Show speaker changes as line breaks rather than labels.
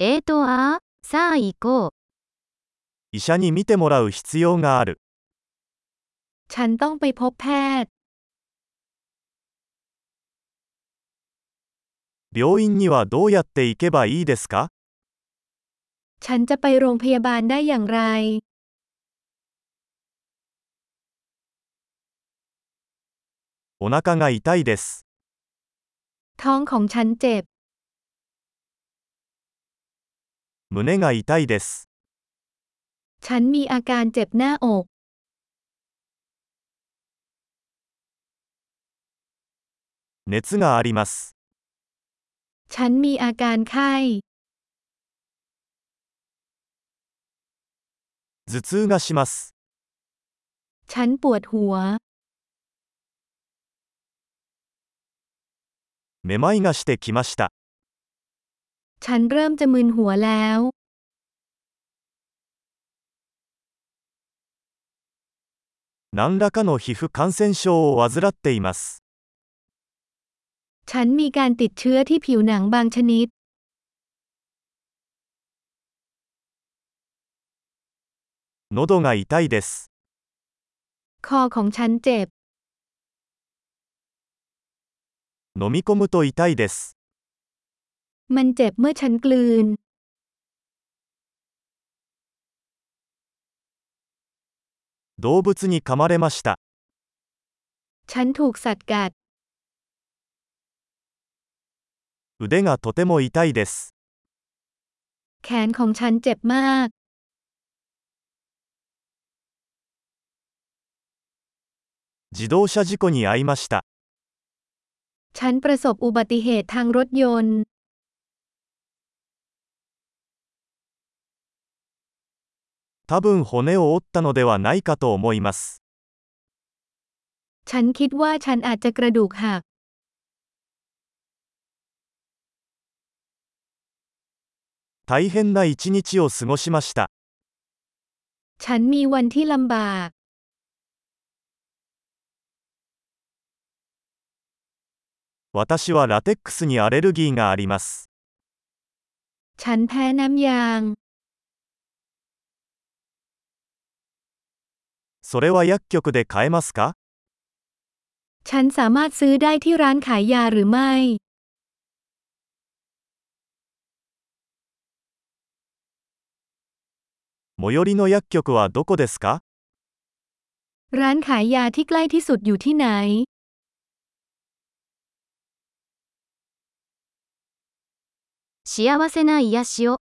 えーとあー、さあ行こう。
医者に診てもらう必要がある。
ฉันต้องไปพบแพทย์
病院にはどうやって行けばいいですか
ฉันจะไปโรงพยาบาลได้อย่างไร
お腹が痛いです。
ท้องของฉันเจ็บ
胸が痛いです。
ฉันมีอาการเจ็บหน้าอก
熱があります。
ฉันมีอาการไข้
頭痛がします。
ฉันปวดหัว
めまいがしてきました。
ฉันเริ่มจะมึนหัวแล้ว
何らかの皮膚感染症を患っています。
ฉันมีการติดเชื้อที่ผิวหนังบางชนิด
喉が痛いです。
คอของฉันเจ็บ
飲み込むと痛いです。
มันเจ็บเมื่อฉันกลืน
動物に噛まれました。
ฉันถูกสัตว์กัด
腕がとても痛いです。
แขนของฉันเจ็บมาก
自動車事故に遭いました。
ฉันประสบอุบัติเหตุทางรถยนต์
多分骨を折ったのではないかと思います。
ฉันคิดว่าฉันอาจจะกระดูกหัก
大変な一日を過ごしました。
ฉันมีวันที่ลำบาก
私はラテックスにアレルギーがあります。
ฉันแพ้น้ำยาง
それは薬局で買えますか
ฉันสามารถซื้อได้ที่ร้านขายยาหรือไม่
最寄りの薬局はどこですか
ร้านขายยาที่ใกล้ที่สุดอยู่ที่ไหน
幸せな癒しを。